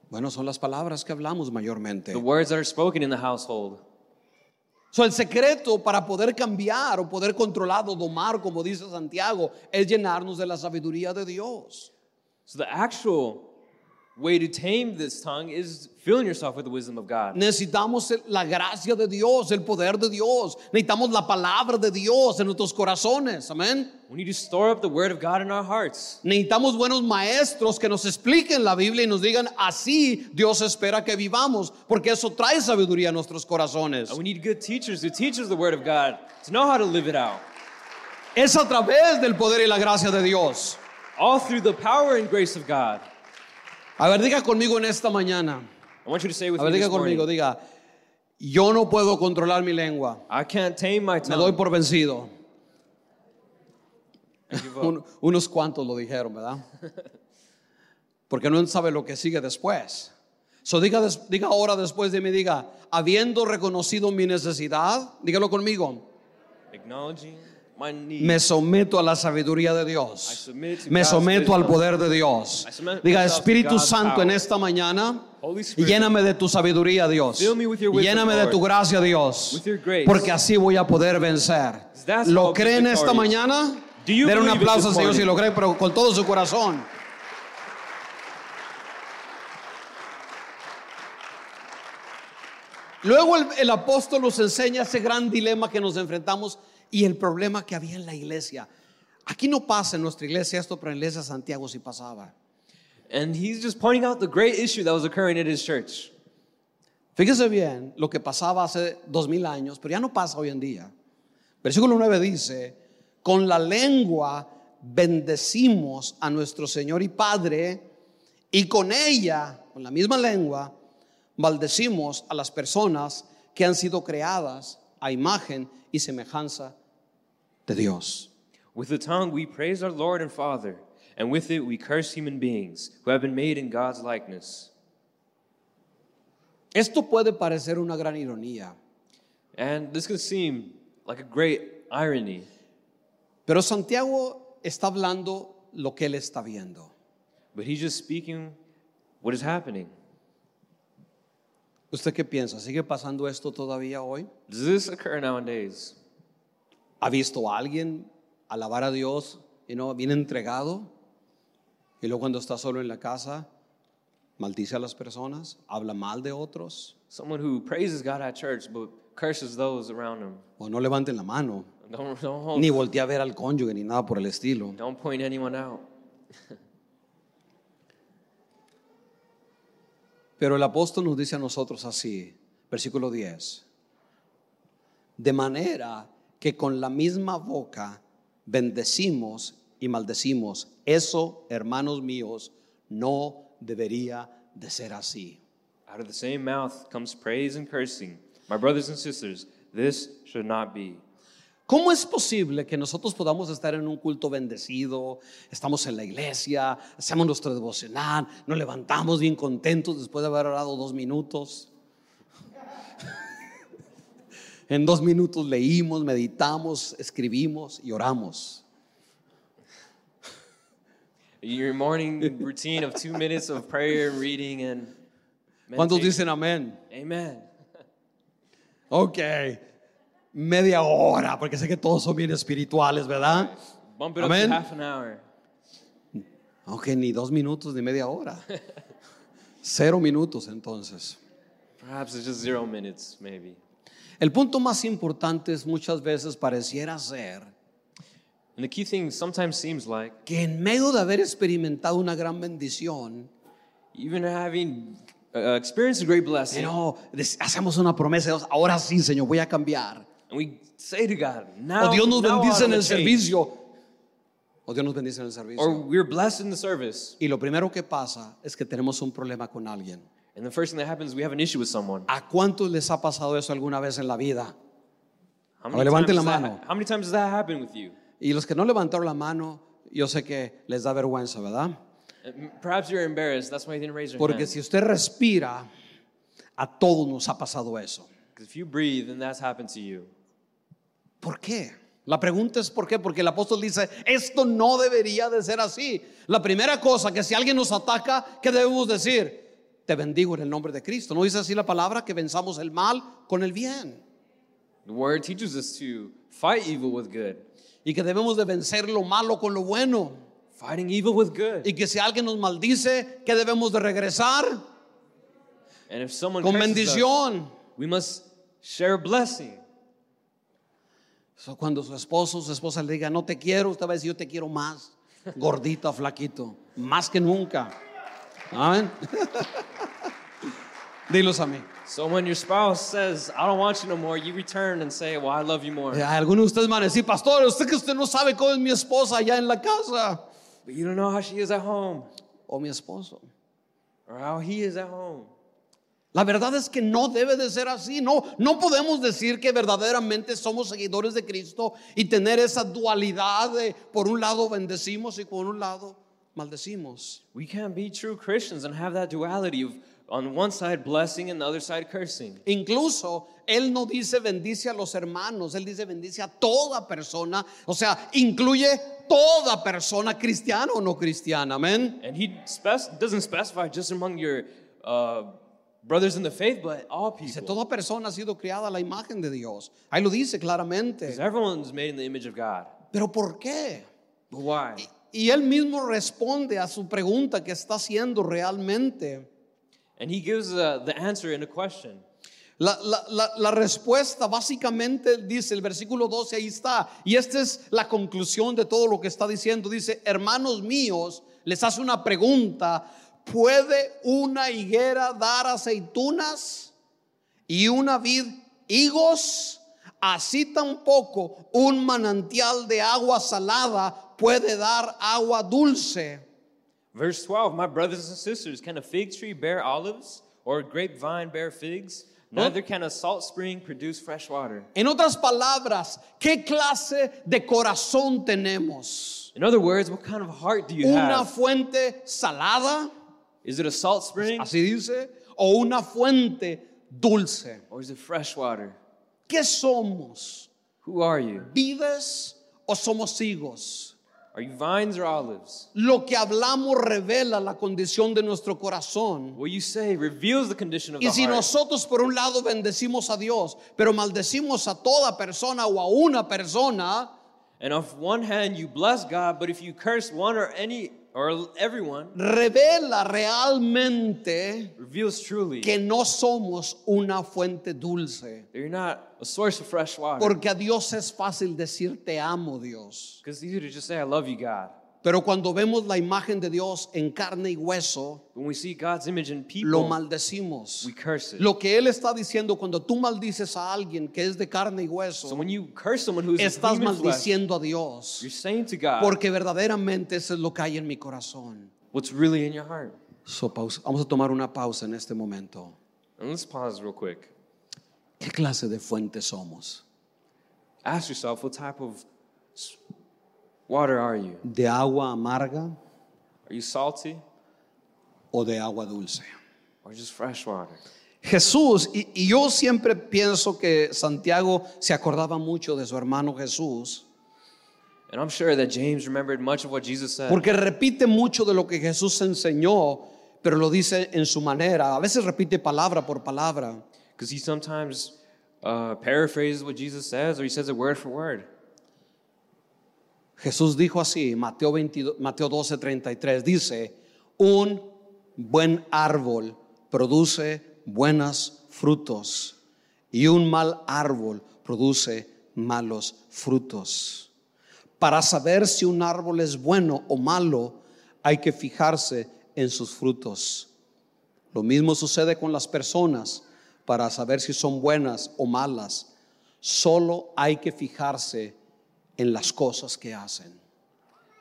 [SPEAKER 1] Bueno, son las palabras que hablamos mayormente.
[SPEAKER 2] the words that are spoken in the household.
[SPEAKER 1] So, el secreto para poder cambiar o poder controlar o domar, como dice Santiago, es llenarnos de la sabiduría de Dios.
[SPEAKER 2] So the actual way to tame this tongue is filling yourself with the wisdom of God.
[SPEAKER 1] Necesitamos el- la gracia de Dios, el poder de Dios. Necesitamos la palabra de Dios en nuestros corazones. Amén.
[SPEAKER 2] We need to store up the word of God in our hearts.
[SPEAKER 1] Necesitamos buenos maestros que nos expliquen la Biblia y nos digan así Dios espera que vivamos, porque eso trae sabiduría a nuestros corazones.
[SPEAKER 2] And we need good teachers who teach us the word of God to know how to live it out.
[SPEAKER 1] Es a través del poder y la gracia de Dios.
[SPEAKER 2] All through the power and grace of God.
[SPEAKER 1] A ver, diga conmigo en esta mañana.
[SPEAKER 2] I want you to say with
[SPEAKER 1] A
[SPEAKER 2] me
[SPEAKER 1] ver, diga
[SPEAKER 2] this morning,
[SPEAKER 1] conmigo, diga, yo no puedo controlar mi lengua.
[SPEAKER 2] I can't tame my
[SPEAKER 1] Me doy
[SPEAKER 2] tongue.
[SPEAKER 1] por vencido.
[SPEAKER 2] I give up.
[SPEAKER 1] Un- unos cuantos lo dijeron, ¿verdad? Porque no sabe lo que sigue después. So, diga, des- diga ahora después de mí, diga, habiendo reconocido mi necesidad, dígalo conmigo,
[SPEAKER 2] Acknowledging my need.
[SPEAKER 1] me someto a la sabiduría de
[SPEAKER 2] I
[SPEAKER 1] Dios.
[SPEAKER 2] submit to
[SPEAKER 1] Me
[SPEAKER 2] God's
[SPEAKER 1] someto al
[SPEAKER 2] wisdom.
[SPEAKER 1] poder de Dios.
[SPEAKER 2] I submit
[SPEAKER 1] Diga,
[SPEAKER 2] myself to
[SPEAKER 1] Espíritu
[SPEAKER 2] God's
[SPEAKER 1] Santo, en
[SPEAKER 2] power.
[SPEAKER 1] esta mañana,
[SPEAKER 2] Holy Spirit.
[SPEAKER 1] lléname de tu sabiduría, Dios.
[SPEAKER 2] Fill me with your wisdom,
[SPEAKER 1] Lléname de tu
[SPEAKER 2] Lord.
[SPEAKER 1] gracia, Dios.
[SPEAKER 2] With your grace.
[SPEAKER 1] Porque así voy a poder vencer.
[SPEAKER 2] That's how
[SPEAKER 1] ¿Lo
[SPEAKER 2] I'll be
[SPEAKER 1] creen esta
[SPEAKER 2] victorious.
[SPEAKER 1] mañana?
[SPEAKER 2] Do you
[SPEAKER 1] Den un
[SPEAKER 2] believe it
[SPEAKER 1] aplauso,
[SPEAKER 2] this
[SPEAKER 1] Señor, si
[SPEAKER 2] morning?
[SPEAKER 1] lo creen, pero con todo su corazón. Luego el, el apóstol nos enseña ese gran dilema que nos enfrentamos y el problema que había en la iglesia. Aquí no pasa en nuestra iglesia esto, pero en la iglesia de Santiago sí pasaba.
[SPEAKER 2] And he's just pointing out the great issue that was occurring at his church.
[SPEAKER 1] Fíjese bien lo que pasaba hace dos mil años, pero ya no pasa hoy en día. Versículo 9 dice, con la lengua bendecimos a nuestro Señor y Padre, y con ella, con la misma lengua, maldecimos a las personas que han sido creadas a imagen y semejanza de Dios.
[SPEAKER 2] With the tongue we praise our Lord and Father, and with it we curse human beings who have been made in God's likeness.
[SPEAKER 1] Esto puede parecer una gran ironía,
[SPEAKER 2] And this can seem like a great irony,
[SPEAKER 1] pero Santiago está hablando lo que él está viendo.
[SPEAKER 2] but he's just speaking what is happening.
[SPEAKER 1] ¿Usted qué piensa? ¿Sigue pasando esto todavía hoy?
[SPEAKER 2] Does this occur nowadays?
[SPEAKER 1] ¿Ha visto a alguien alabar a Dios y no bien entregado? Y luego cuando está solo en la casa, maldice a las personas, habla mal de otros,
[SPEAKER 2] Someone who praises God at church but curses those around him.
[SPEAKER 1] o no levanten la mano,
[SPEAKER 2] Don't, [laughs] don't, hold-
[SPEAKER 1] ni voltea a ver al cónyuge ni nada por el estilo.
[SPEAKER 2] don't point anyone out.
[SPEAKER 1] Pero el apóstol nos dice a nosotros así, versículo 10, de manera que con la misma boca bendecimos y maldecimos. Eso, hermanos míos, no debería de ser así.
[SPEAKER 2] Out of the same mouth comes praise and cursing. My brothers and sisters, this should not be.
[SPEAKER 1] ¿Cómo es posible que nosotros podamos estar en un culto bendecido? Estamos en la iglesia, hacemos nuestro devocional, nos levantamos bien contentos después de haber orado dos minutos. [laughs] en dos minutos leímos, meditamos, escribimos y oramos.
[SPEAKER 2] Your morning routine of two minutes of prayer, reading, and
[SPEAKER 1] ¿Cuántos
[SPEAKER 2] meditation.
[SPEAKER 1] dicen amén?
[SPEAKER 2] Amen.
[SPEAKER 1] Ok, media hora, porque sé que todos son bien espirituales, ¿verdad?
[SPEAKER 2] Bump it up
[SPEAKER 1] Amen.
[SPEAKER 2] to half an hour.
[SPEAKER 1] Aunque ni dos minutos ni media hora. [laughs] Cero minutos entonces.
[SPEAKER 2] Perhaps it's just zero minutes, maybe.
[SPEAKER 1] El punto más importante es muchas veces pareciera ser
[SPEAKER 2] And the key thing sometimes seems like,
[SPEAKER 1] que en medio de haber experimentado una gran bendición,
[SPEAKER 2] even having uh, experienced a great blessing,
[SPEAKER 1] pero des- hacemos una promesa de Dios, ahora sí, Señor, voy a cambiar.
[SPEAKER 2] and we say to God, now,
[SPEAKER 1] O Oh, Dios nos
[SPEAKER 2] now
[SPEAKER 1] bendice
[SPEAKER 2] I'm
[SPEAKER 1] en el
[SPEAKER 2] gonna change.
[SPEAKER 1] servicio. O Dios nos bendice en el
[SPEAKER 2] Or
[SPEAKER 1] servicio.
[SPEAKER 2] we're blessed in the service.
[SPEAKER 1] Y lo primero que pasa es que tenemos un problema con alguien.
[SPEAKER 2] And the first thing that happens, we have an issue with someone.
[SPEAKER 1] ¿A cuántos les ha pasado eso alguna vez en la vida?
[SPEAKER 2] How
[SPEAKER 1] A ver, levanten Oh,
[SPEAKER 2] times
[SPEAKER 1] la
[SPEAKER 2] does that-
[SPEAKER 1] mano.
[SPEAKER 2] how many times does that happen with you?
[SPEAKER 1] Y los que no levantaron la mano, yo sé que les da vergüenza, ¿verdad?
[SPEAKER 2] And Perhaps you're embarrassed. That's why you didn't raise your
[SPEAKER 1] Porque
[SPEAKER 2] hand.
[SPEAKER 1] si usted respira, a todos nos ha pasado eso.
[SPEAKER 2] 'Cause if you breathe, then that's happened to you.
[SPEAKER 1] ¿Por qué? La pregunta es por qué, porque el apóstol dice, esto no debería de ser así. La primera cosa que si alguien nos ataca, ¿qué debemos decir? Te bendigo en el nombre de Cristo. No dice así la palabra que venzamos el mal con el bien
[SPEAKER 2] The word teaches us to fight evil with good,
[SPEAKER 1] y que debemos de vencer lo malo con lo bueno
[SPEAKER 2] fighting evil with good.
[SPEAKER 1] y que si alguien nos maldice, ¿qué debemos de regresar?
[SPEAKER 2] And if someone
[SPEAKER 1] Con
[SPEAKER 2] curses us,
[SPEAKER 1] bendición.
[SPEAKER 2] we must share a blessing.
[SPEAKER 1] So, cuando su esposo o su esposa le diga, no te quiero, usted va a decir, yo te quiero más, gordito, flaquito, más que nunca. Amén. Dilos a mí.
[SPEAKER 2] So when your spouse says, "I don't want you no more," you return and say, "Well, I love you more."
[SPEAKER 1] Algunos Eh, de ustedes van a decir, pastor, usted que usted no sabe cómo es mi esposa allá en la casa
[SPEAKER 2] But you don't know how she is at home
[SPEAKER 1] o mi esposo.
[SPEAKER 2] or how he is at home.
[SPEAKER 1] La verdad es que no debe de ser así, no, no podemos decir que verdaderamente somos seguidores de Cristo y tener esa dualidad de por un lado bendecimos y por un lado maldecimos.
[SPEAKER 2] We can't be true Christians and have that duality of on one side blessing and the other side cursing.
[SPEAKER 1] Incluso él no dice bendice a los hermanos, él dice bendice a toda persona, o sea, incluye toda persona cristiana o no cristiana, amén.
[SPEAKER 2] And he spec- doesn't specify just among your uh, brothers in the faith, but all
[SPEAKER 1] Dice,
[SPEAKER 2] people.
[SPEAKER 1] toda persona ha sido creada a la imagen de Dios. Ahí lo dice claramente.
[SPEAKER 2] Because everyone's made in the image of God.
[SPEAKER 1] Pero ¿por qué?
[SPEAKER 2] But why?
[SPEAKER 1] Y él mismo responde a su pregunta que está haciendo realmente.
[SPEAKER 2] And he gives uh, the answer in a question.
[SPEAKER 1] La, la- la- la respuesta básicamente dice el versículo 12, ahí está. Y esta es la conclusión de todo lo que está diciendo. Dice, hermanos míos, les hace una pregunta. ¿Puede una higuera dar aceitunas y una vid higos? Así tampoco un manantial de agua salada puede dar agua dulce.
[SPEAKER 2] Verse 12 My brothers and sisters, can a fig tree bear olives or a grapevine bear figs?
[SPEAKER 1] No.
[SPEAKER 2] Neither can a salt spring produce fresh water.
[SPEAKER 1] En otras palabras, ¿qué clase de corazón tenemos?
[SPEAKER 2] In other words, what kind of heart do you
[SPEAKER 1] ¿Una
[SPEAKER 2] have?
[SPEAKER 1] fuente salada?
[SPEAKER 2] Is it a salt spring
[SPEAKER 1] Así dice. ¿O una fuente dulce?
[SPEAKER 2] or is it fresh water?
[SPEAKER 1] ¿Qué somos?
[SPEAKER 2] Who are you?
[SPEAKER 1] ¿Vides o somos higos?
[SPEAKER 2] Are you vines or olives?
[SPEAKER 1] Lo que hablamos revela la condición de nuestro corazón.
[SPEAKER 2] What you say reveals the condition of
[SPEAKER 1] Y
[SPEAKER 2] the
[SPEAKER 1] si
[SPEAKER 2] heart.
[SPEAKER 1] nosotros por un lado bendecimos a Dios, pero maldecimos a toda persona o a una persona,
[SPEAKER 2] And on one hand, you bless God, but if you curse one or any or everyone,
[SPEAKER 1] revela realmente
[SPEAKER 2] reveals truly that
[SPEAKER 1] que no somos una fuente dulce.
[SPEAKER 2] you're not a source of fresh water.
[SPEAKER 1] Porque a Dios es fácil decir te amo Dios.
[SPEAKER 2] Because it's easy to just say, I love you, God.
[SPEAKER 1] Pero cuando vemos la imagen de Dios en carne y hueso,
[SPEAKER 2] When we see God's image in
[SPEAKER 1] lo
[SPEAKER 2] people,
[SPEAKER 1] maldecimos.
[SPEAKER 2] we curse it.
[SPEAKER 1] Lo que Él está diciendo cuando tú maldices a alguien que es de carne y
[SPEAKER 2] So
[SPEAKER 1] hueso,
[SPEAKER 2] when you curse someone who's in
[SPEAKER 1] estás
[SPEAKER 2] human flesh,
[SPEAKER 1] maldiciendo a Dios.
[SPEAKER 2] you're saying to God
[SPEAKER 1] Porque verdaderamente eso es lo que hay en mi corazón.
[SPEAKER 2] what's really in your heart.
[SPEAKER 1] So, pausa- Vamos a tomar una pausa en este momento.
[SPEAKER 2] And let's pause real quick.
[SPEAKER 1] ¿Qué clase de fuente somos?
[SPEAKER 2] Ask yourself, what type of s- water are you?
[SPEAKER 1] ¿De agua amarga
[SPEAKER 2] Are you salty
[SPEAKER 1] o de agua dulce?
[SPEAKER 2] or just fresh water?
[SPEAKER 1] Jesús, y, y yo siempre pienso que Santiago se acordaba mucho de su hermano Jesús,
[SPEAKER 2] And I'm sure that James remembered much of what Jesus said.
[SPEAKER 1] porque repite mucho de lo que Jesús enseñó, pero lo dice en su manera. A veces repite palabra por palabra.
[SPEAKER 2] Because he sometimes uh, paraphrases what Jesus says, or he says it word for word.
[SPEAKER 1] Jesús dijo así, Mateo, 22, Mateo 12, 33, dice, un buen árbol produce buenos frutos y un mal árbol produce malos frutos. Para saber si un árbol es bueno o malo, hay que fijarse en sus frutos. Lo mismo sucede con las personas para saber si son buenas o malas. Solo hay que fijarse en las cosas que hacen.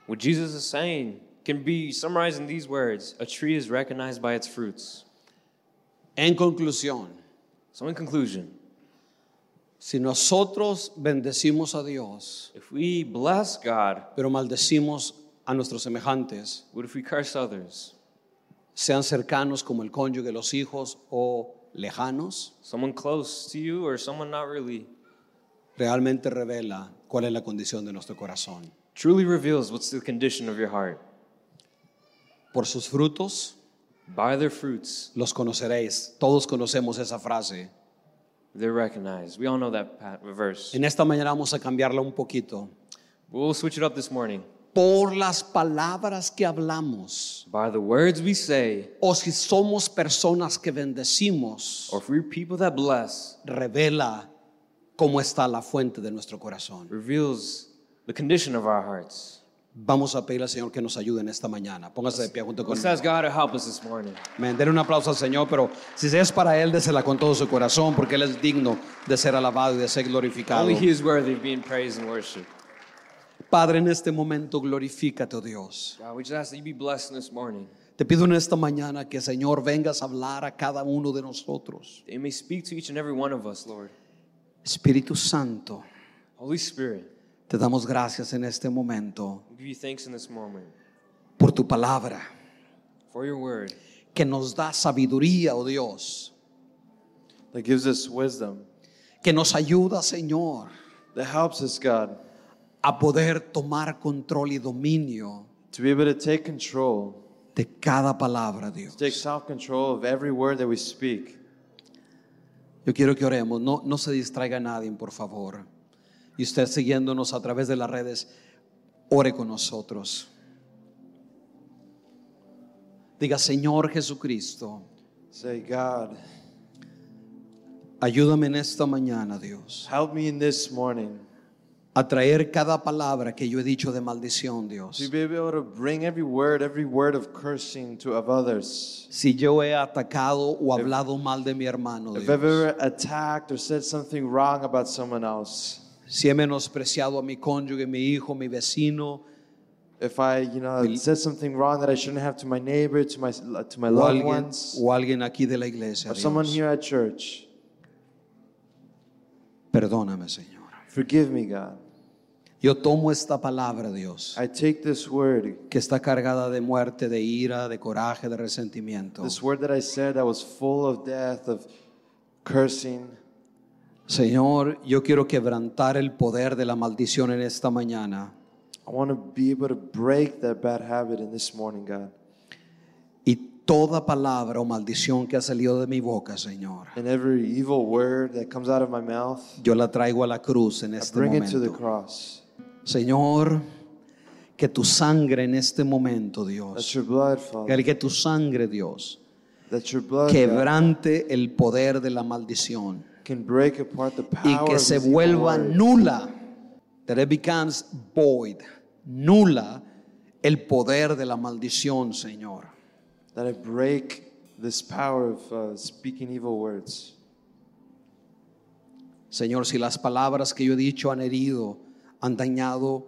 [SPEAKER 2] What Jesus is saying can be summarized in these words A tree is recognized by its fruits.
[SPEAKER 1] En conclusión,
[SPEAKER 2] So, in conclusion,
[SPEAKER 1] si nosotros bendecimos a Dios,
[SPEAKER 2] if we bless God,
[SPEAKER 1] pero maldecimos a nuestros semejantes,
[SPEAKER 2] what if we curse others?
[SPEAKER 1] sean cercanos como el cónyuge, los hijos o lejanos,
[SPEAKER 2] Someone close to you or someone not really?
[SPEAKER 1] realmente revela cuál es la condición de nuestro corazón.
[SPEAKER 2] Truly reveals what's the condition of your heart.
[SPEAKER 1] Por sus frutos
[SPEAKER 2] By their fruits,
[SPEAKER 1] los conoceréis. Todos conocemos esa frase.
[SPEAKER 2] they're recognized. We all know that pat- verse.
[SPEAKER 1] En esta mañana vamos a cambiarla un poquito.
[SPEAKER 2] We'll switch it up this morning.
[SPEAKER 1] Por las palabras que hablamos,
[SPEAKER 2] By the words we say,
[SPEAKER 1] o si somos personas que bendecimos,
[SPEAKER 2] or if we're people that bless,
[SPEAKER 1] revela cómo está la fuente de nuestro corazón.
[SPEAKER 2] reveals the condition of our hearts.
[SPEAKER 1] Vamos a pedir al Señor que nos ayude en esta mañana. Póngase de pie junto
[SPEAKER 2] Let's
[SPEAKER 1] conmigo.
[SPEAKER 2] ask God to help us this morning.
[SPEAKER 1] Amén. Denle un aplauso al Señor, pero si es para Él, désela con todo su corazón, porque Él es digno de ser alabado y de ser glorificado.
[SPEAKER 2] Only He is worthy of being praised and worshiped.
[SPEAKER 1] Padre, en este momento glorifícate, oh Dios.
[SPEAKER 2] God, we just ask that you be blessed this morning.
[SPEAKER 1] Te pido en esta mañana que, Señor, vengas a hablar a cada uno de nosotros.
[SPEAKER 2] That you may speak to each and every one of us, Lord.
[SPEAKER 1] Espíritu Santo,
[SPEAKER 2] Holy Spirit,
[SPEAKER 1] te damos gracias en este momento
[SPEAKER 2] we give you thanks in this moment
[SPEAKER 1] por tu palabra,
[SPEAKER 2] for your word
[SPEAKER 1] que nos da sabiduría, oh Dios.
[SPEAKER 3] that gives us wisdom,
[SPEAKER 1] que nos ayuda, Señor,
[SPEAKER 3] that helps us, God,
[SPEAKER 1] a poder tomar control y dominio
[SPEAKER 3] to be able to take control,
[SPEAKER 1] de cada palabra, Dios.
[SPEAKER 3] to take self control of every word that we speak.
[SPEAKER 1] Yo quiero que oremos, no, no se distraiga nadie, por favor. Y usted siguiéndonos a través de las redes, ore con nosotros. Diga, Señor Jesucristo,
[SPEAKER 3] Say, God,
[SPEAKER 1] ayúdame en esta mañana, Dios,
[SPEAKER 3] help me in this morning
[SPEAKER 1] a traer cada palabra que yo he dicho de maldición,
[SPEAKER 3] to
[SPEAKER 1] Dios.
[SPEAKER 3] be able to bring every word, every word of cursing to of others.
[SPEAKER 1] Si yo he atacado o hablado mal de mi hermano,
[SPEAKER 3] If
[SPEAKER 1] Dios.
[SPEAKER 3] I've ever attacked or said something wrong about someone else,
[SPEAKER 1] Si he menospreciado a mi cónyuge, mi hijo, mi vecino,
[SPEAKER 3] If I, you know, said something wrong that I shouldn't have to my neighbor, to my to my
[SPEAKER 1] o
[SPEAKER 3] loved
[SPEAKER 1] alguien,
[SPEAKER 3] ones,
[SPEAKER 1] o alguien aquí de la iglesia.
[SPEAKER 3] or someone
[SPEAKER 1] Dios.
[SPEAKER 3] here at church,
[SPEAKER 1] Perdóname, Señor.
[SPEAKER 3] forgive me, God.
[SPEAKER 1] Yo tomo esta palabra, Dios,
[SPEAKER 3] I take this word,
[SPEAKER 1] que está cargada de muerte, de ira, de coraje, de resentimiento.
[SPEAKER 3] this word that I said that was full of death, of cursing.
[SPEAKER 1] Señor, yo quiero quebrantar el poder de la maldición en esta mañana
[SPEAKER 3] I want to be able to break that bad habit in this morning, God.
[SPEAKER 1] y toda palabra o maldición que ha salido de mi boca, Señor.
[SPEAKER 3] And every evil word that comes out of my mouth,
[SPEAKER 1] Yo la traigo a la cruz en
[SPEAKER 3] I
[SPEAKER 1] este
[SPEAKER 3] bring it to the
[SPEAKER 1] momento.
[SPEAKER 3] cross.
[SPEAKER 1] Señor, que tu sangre en este momento,
[SPEAKER 3] That's
[SPEAKER 1] Dios,
[SPEAKER 3] your blood, Father.
[SPEAKER 1] que tu sangre, Dios,
[SPEAKER 3] That your blood God,
[SPEAKER 1] quebrante el poder de la maldición
[SPEAKER 3] can break apart the
[SPEAKER 1] y
[SPEAKER 3] power
[SPEAKER 1] que
[SPEAKER 3] of
[SPEAKER 1] se
[SPEAKER 3] these evil
[SPEAKER 1] vuelva
[SPEAKER 3] words.
[SPEAKER 1] nula, that it becomes void, nula el poder de la maldición, Señor.
[SPEAKER 3] That I break this power of uh, speaking evil words.
[SPEAKER 1] Señor, si las palabras que yo he dicho han herido, han dañado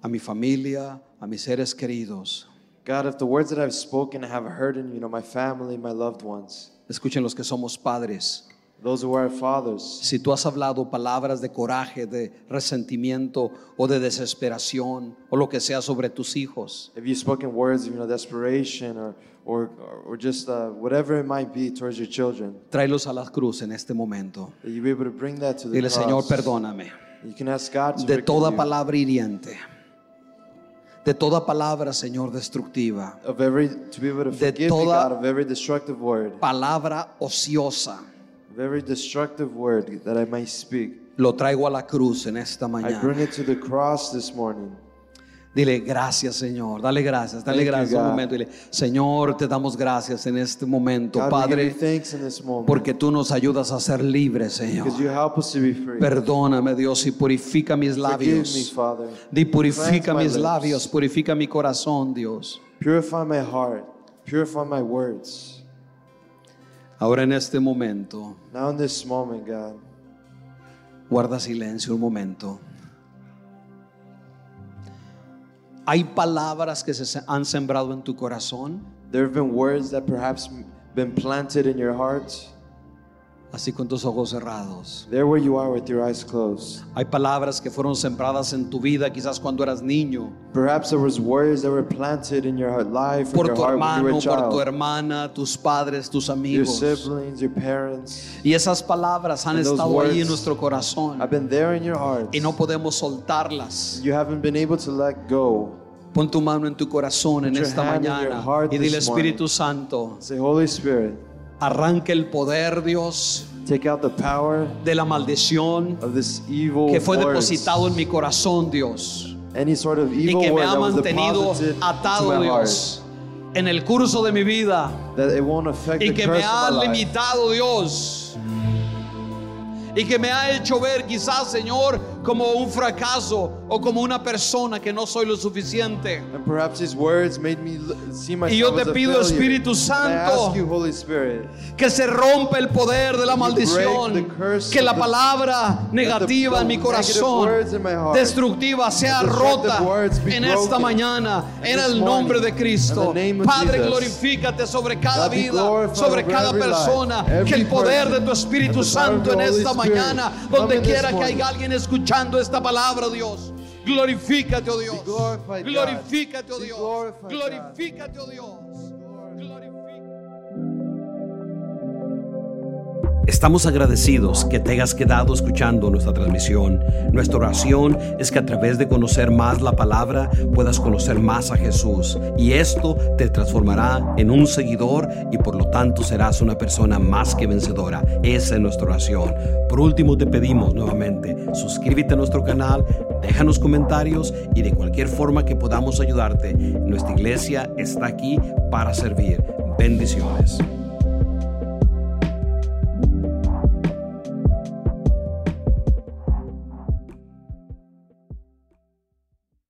[SPEAKER 1] a mi familia, a mis seres queridos,
[SPEAKER 3] God, if the words that I've spoken have hurt in you know my family, my loved ones,
[SPEAKER 1] escuchen los que somos padres.
[SPEAKER 3] those who are fathers,
[SPEAKER 1] Si tú has hablado palabras de coraje, de resentimiento o de desesperación o lo que sea sobre tus hijos,
[SPEAKER 3] if you've spoken words of you know desperation or or or just uh, whatever it might be towards your children,
[SPEAKER 1] tráelos a la cruz en este momento.
[SPEAKER 3] that you be able to bring that to the
[SPEAKER 1] Dile, Señor,
[SPEAKER 3] cross.
[SPEAKER 1] perdóname
[SPEAKER 3] You can ask God to
[SPEAKER 1] de
[SPEAKER 3] forgive
[SPEAKER 1] toda
[SPEAKER 3] you
[SPEAKER 1] palabra hiriente, de toda palabra, Señor, destructiva,
[SPEAKER 3] of every to be able to
[SPEAKER 1] de
[SPEAKER 3] forgive
[SPEAKER 1] toda-
[SPEAKER 3] you, God, of every destructive word,
[SPEAKER 1] palabra ociosa.
[SPEAKER 3] of every destructive word that I might speak.
[SPEAKER 1] Lo traigo a la cruz en esta
[SPEAKER 3] I bring
[SPEAKER 1] mañana.
[SPEAKER 3] it to the cross this morning.
[SPEAKER 1] Dile gracias, Señor. Dale gracias, dale
[SPEAKER 3] Thank you,
[SPEAKER 1] gracias un
[SPEAKER 3] God.
[SPEAKER 1] momento. Dile, Señor, te damos gracias en este momento,
[SPEAKER 3] God, we
[SPEAKER 1] Padre.
[SPEAKER 3] give you thanks in this moment
[SPEAKER 1] Porque tú nos ayudas a ser libres, Señor.
[SPEAKER 3] because you help us to be free.
[SPEAKER 1] Perdóname, Dios, y purifica mis
[SPEAKER 3] Forgive me,
[SPEAKER 1] labios.
[SPEAKER 3] Father.
[SPEAKER 1] Di, purifica
[SPEAKER 3] Cleanse my
[SPEAKER 1] mis
[SPEAKER 3] lips.
[SPEAKER 1] labios, purifica mi corazón, Dios.
[SPEAKER 3] Purify my heart. Purify my words.
[SPEAKER 1] Ahora en este momento,
[SPEAKER 3] Now in this moment, God,
[SPEAKER 1] guarda silencio un momento. Hay palabras que se han sembrado en tu corazón,
[SPEAKER 3] there have been words that perhaps been planted in your heart.
[SPEAKER 1] así con tus ojos cerrados.
[SPEAKER 3] There where you are with your eyes closed.
[SPEAKER 1] Hay palabras que fueron sembradas en tu vida, quizás cuando eras niño,
[SPEAKER 3] Perhaps there was words that were planted in your heart- life, in
[SPEAKER 1] por
[SPEAKER 3] your
[SPEAKER 1] tu
[SPEAKER 3] heart when you were
[SPEAKER 1] hermano,
[SPEAKER 3] a
[SPEAKER 1] por tu
[SPEAKER 3] child.
[SPEAKER 1] hermana, tus padres, tus
[SPEAKER 3] your
[SPEAKER 1] amigos.
[SPEAKER 3] siblings, your parents.
[SPEAKER 1] Y esas palabras han
[SPEAKER 3] And those
[SPEAKER 1] estado ahí en
[SPEAKER 3] words
[SPEAKER 1] nuestro corazón
[SPEAKER 3] I've been there in your heart.
[SPEAKER 1] y no podemos soltarlas.
[SPEAKER 3] You haven't been able to let go.
[SPEAKER 1] Pon tu mano en tu corazón en
[SPEAKER 3] Put your
[SPEAKER 1] esta
[SPEAKER 3] hand in your
[SPEAKER 1] mañana
[SPEAKER 3] heart
[SPEAKER 1] y dile
[SPEAKER 3] this morning.
[SPEAKER 1] Espíritu Santo,
[SPEAKER 3] Say, Holy Spirit,
[SPEAKER 1] arranca el poder Dios
[SPEAKER 3] take out the power
[SPEAKER 1] de la maldición
[SPEAKER 3] of this evil
[SPEAKER 1] que fue
[SPEAKER 3] words.
[SPEAKER 1] depositado en mi corazón Dios
[SPEAKER 3] Any sort of
[SPEAKER 1] y
[SPEAKER 3] evil
[SPEAKER 1] que me
[SPEAKER 3] word
[SPEAKER 1] ha
[SPEAKER 3] that was
[SPEAKER 1] mantenido
[SPEAKER 3] deposited to
[SPEAKER 1] atado
[SPEAKER 3] my
[SPEAKER 1] Dios en el curso de mi vida
[SPEAKER 3] heart, that it won't affect
[SPEAKER 1] y
[SPEAKER 3] the
[SPEAKER 1] que
[SPEAKER 3] curse
[SPEAKER 1] me
[SPEAKER 3] of
[SPEAKER 1] ha
[SPEAKER 3] my life.
[SPEAKER 1] limitado Dios y que me ha hecho ver quizás Señor como un fracaso o como una persona que no soy lo suficiente
[SPEAKER 3] And perhaps these words made me l- see myself
[SPEAKER 1] Y yo
[SPEAKER 3] as
[SPEAKER 1] te
[SPEAKER 3] a
[SPEAKER 1] pido,
[SPEAKER 3] failure.
[SPEAKER 1] Espíritu
[SPEAKER 3] And I
[SPEAKER 1] Santo,
[SPEAKER 3] ask you, Holy Spirit,
[SPEAKER 1] que se rompa el poder de la
[SPEAKER 3] You break
[SPEAKER 1] maldición
[SPEAKER 3] the curse
[SPEAKER 1] que la
[SPEAKER 3] of the-
[SPEAKER 1] palabra negativa en mi
[SPEAKER 3] negative
[SPEAKER 1] corazón
[SPEAKER 3] words in my heart.
[SPEAKER 1] destructiva sea
[SPEAKER 3] The
[SPEAKER 1] rota
[SPEAKER 3] destructive words be
[SPEAKER 1] en esta
[SPEAKER 3] broken.
[SPEAKER 1] mañana
[SPEAKER 3] In
[SPEAKER 1] en
[SPEAKER 3] this
[SPEAKER 1] el nombre de
[SPEAKER 3] morning,
[SPEAKER 1] Cristo
[SPEAKER 3] in the name of
[SPEAKER 1] Padre
[SPEAKER 3] Jesus.
[SPEAKER 1] glorifícate sobre cada
[SPEAKER 3] God be
[SPEAKER 1] vida
[SPEAKER 3] glorified
[SPEAKER 1] sobre
[SPEAKER 3] over
[SPEAKER 1] cada
[SPEAKER 3] every life,
[SPEAKER 1] persona
[SPEAKER 3] every
[SPEAKER 1] que el poder
[SPEAKER 3] person,
[SPEAKER 1] de tu Espíritu
[SPEAKER 3] and the power of
[SPEAKER 1] Santo en
[SPEAKER 3] the Holy
[SPEAKER 1] esta
[SPEAKER 3] Spirit
[SPEAKER 1] mañana
[SPEAKER 3] come
[SPEAKER 1] donde
[SPEAKER 3] in this
[SPEAKER 1] quiera que
[SPEAKER 3] morning.
[SPEAKER 1] haya alguien escuchando esta palabra Dios glorifícate oh Dios
[SPEAKER 3] glorified, God.
[SPEAKER 1] glorifícate oh
[SPEAKER 3] Be
[SPEAKER 1] Dios
[SPEAKER 3] glorified, God.
[SPEAKER 1] glorifícate oh Dios glorifícate
[SPEAKER 4] Estamos agradecidos que te hayas quedado escuchando nuestra transmisión. Nuestra oración es que a través de conocer más la palabra puedas conocer más a Jesús y esto te transformará en un seguidor y por lo tanto serás una persona más que vencedora. Esa es nuestra oración. Por último te pedimos nuevamente, suscríbete a nuestro canal, déjanos comentarios y de cualquier forma que podamos ayudarte. Nuestra iglesia está aquí para servir. Bendiciones.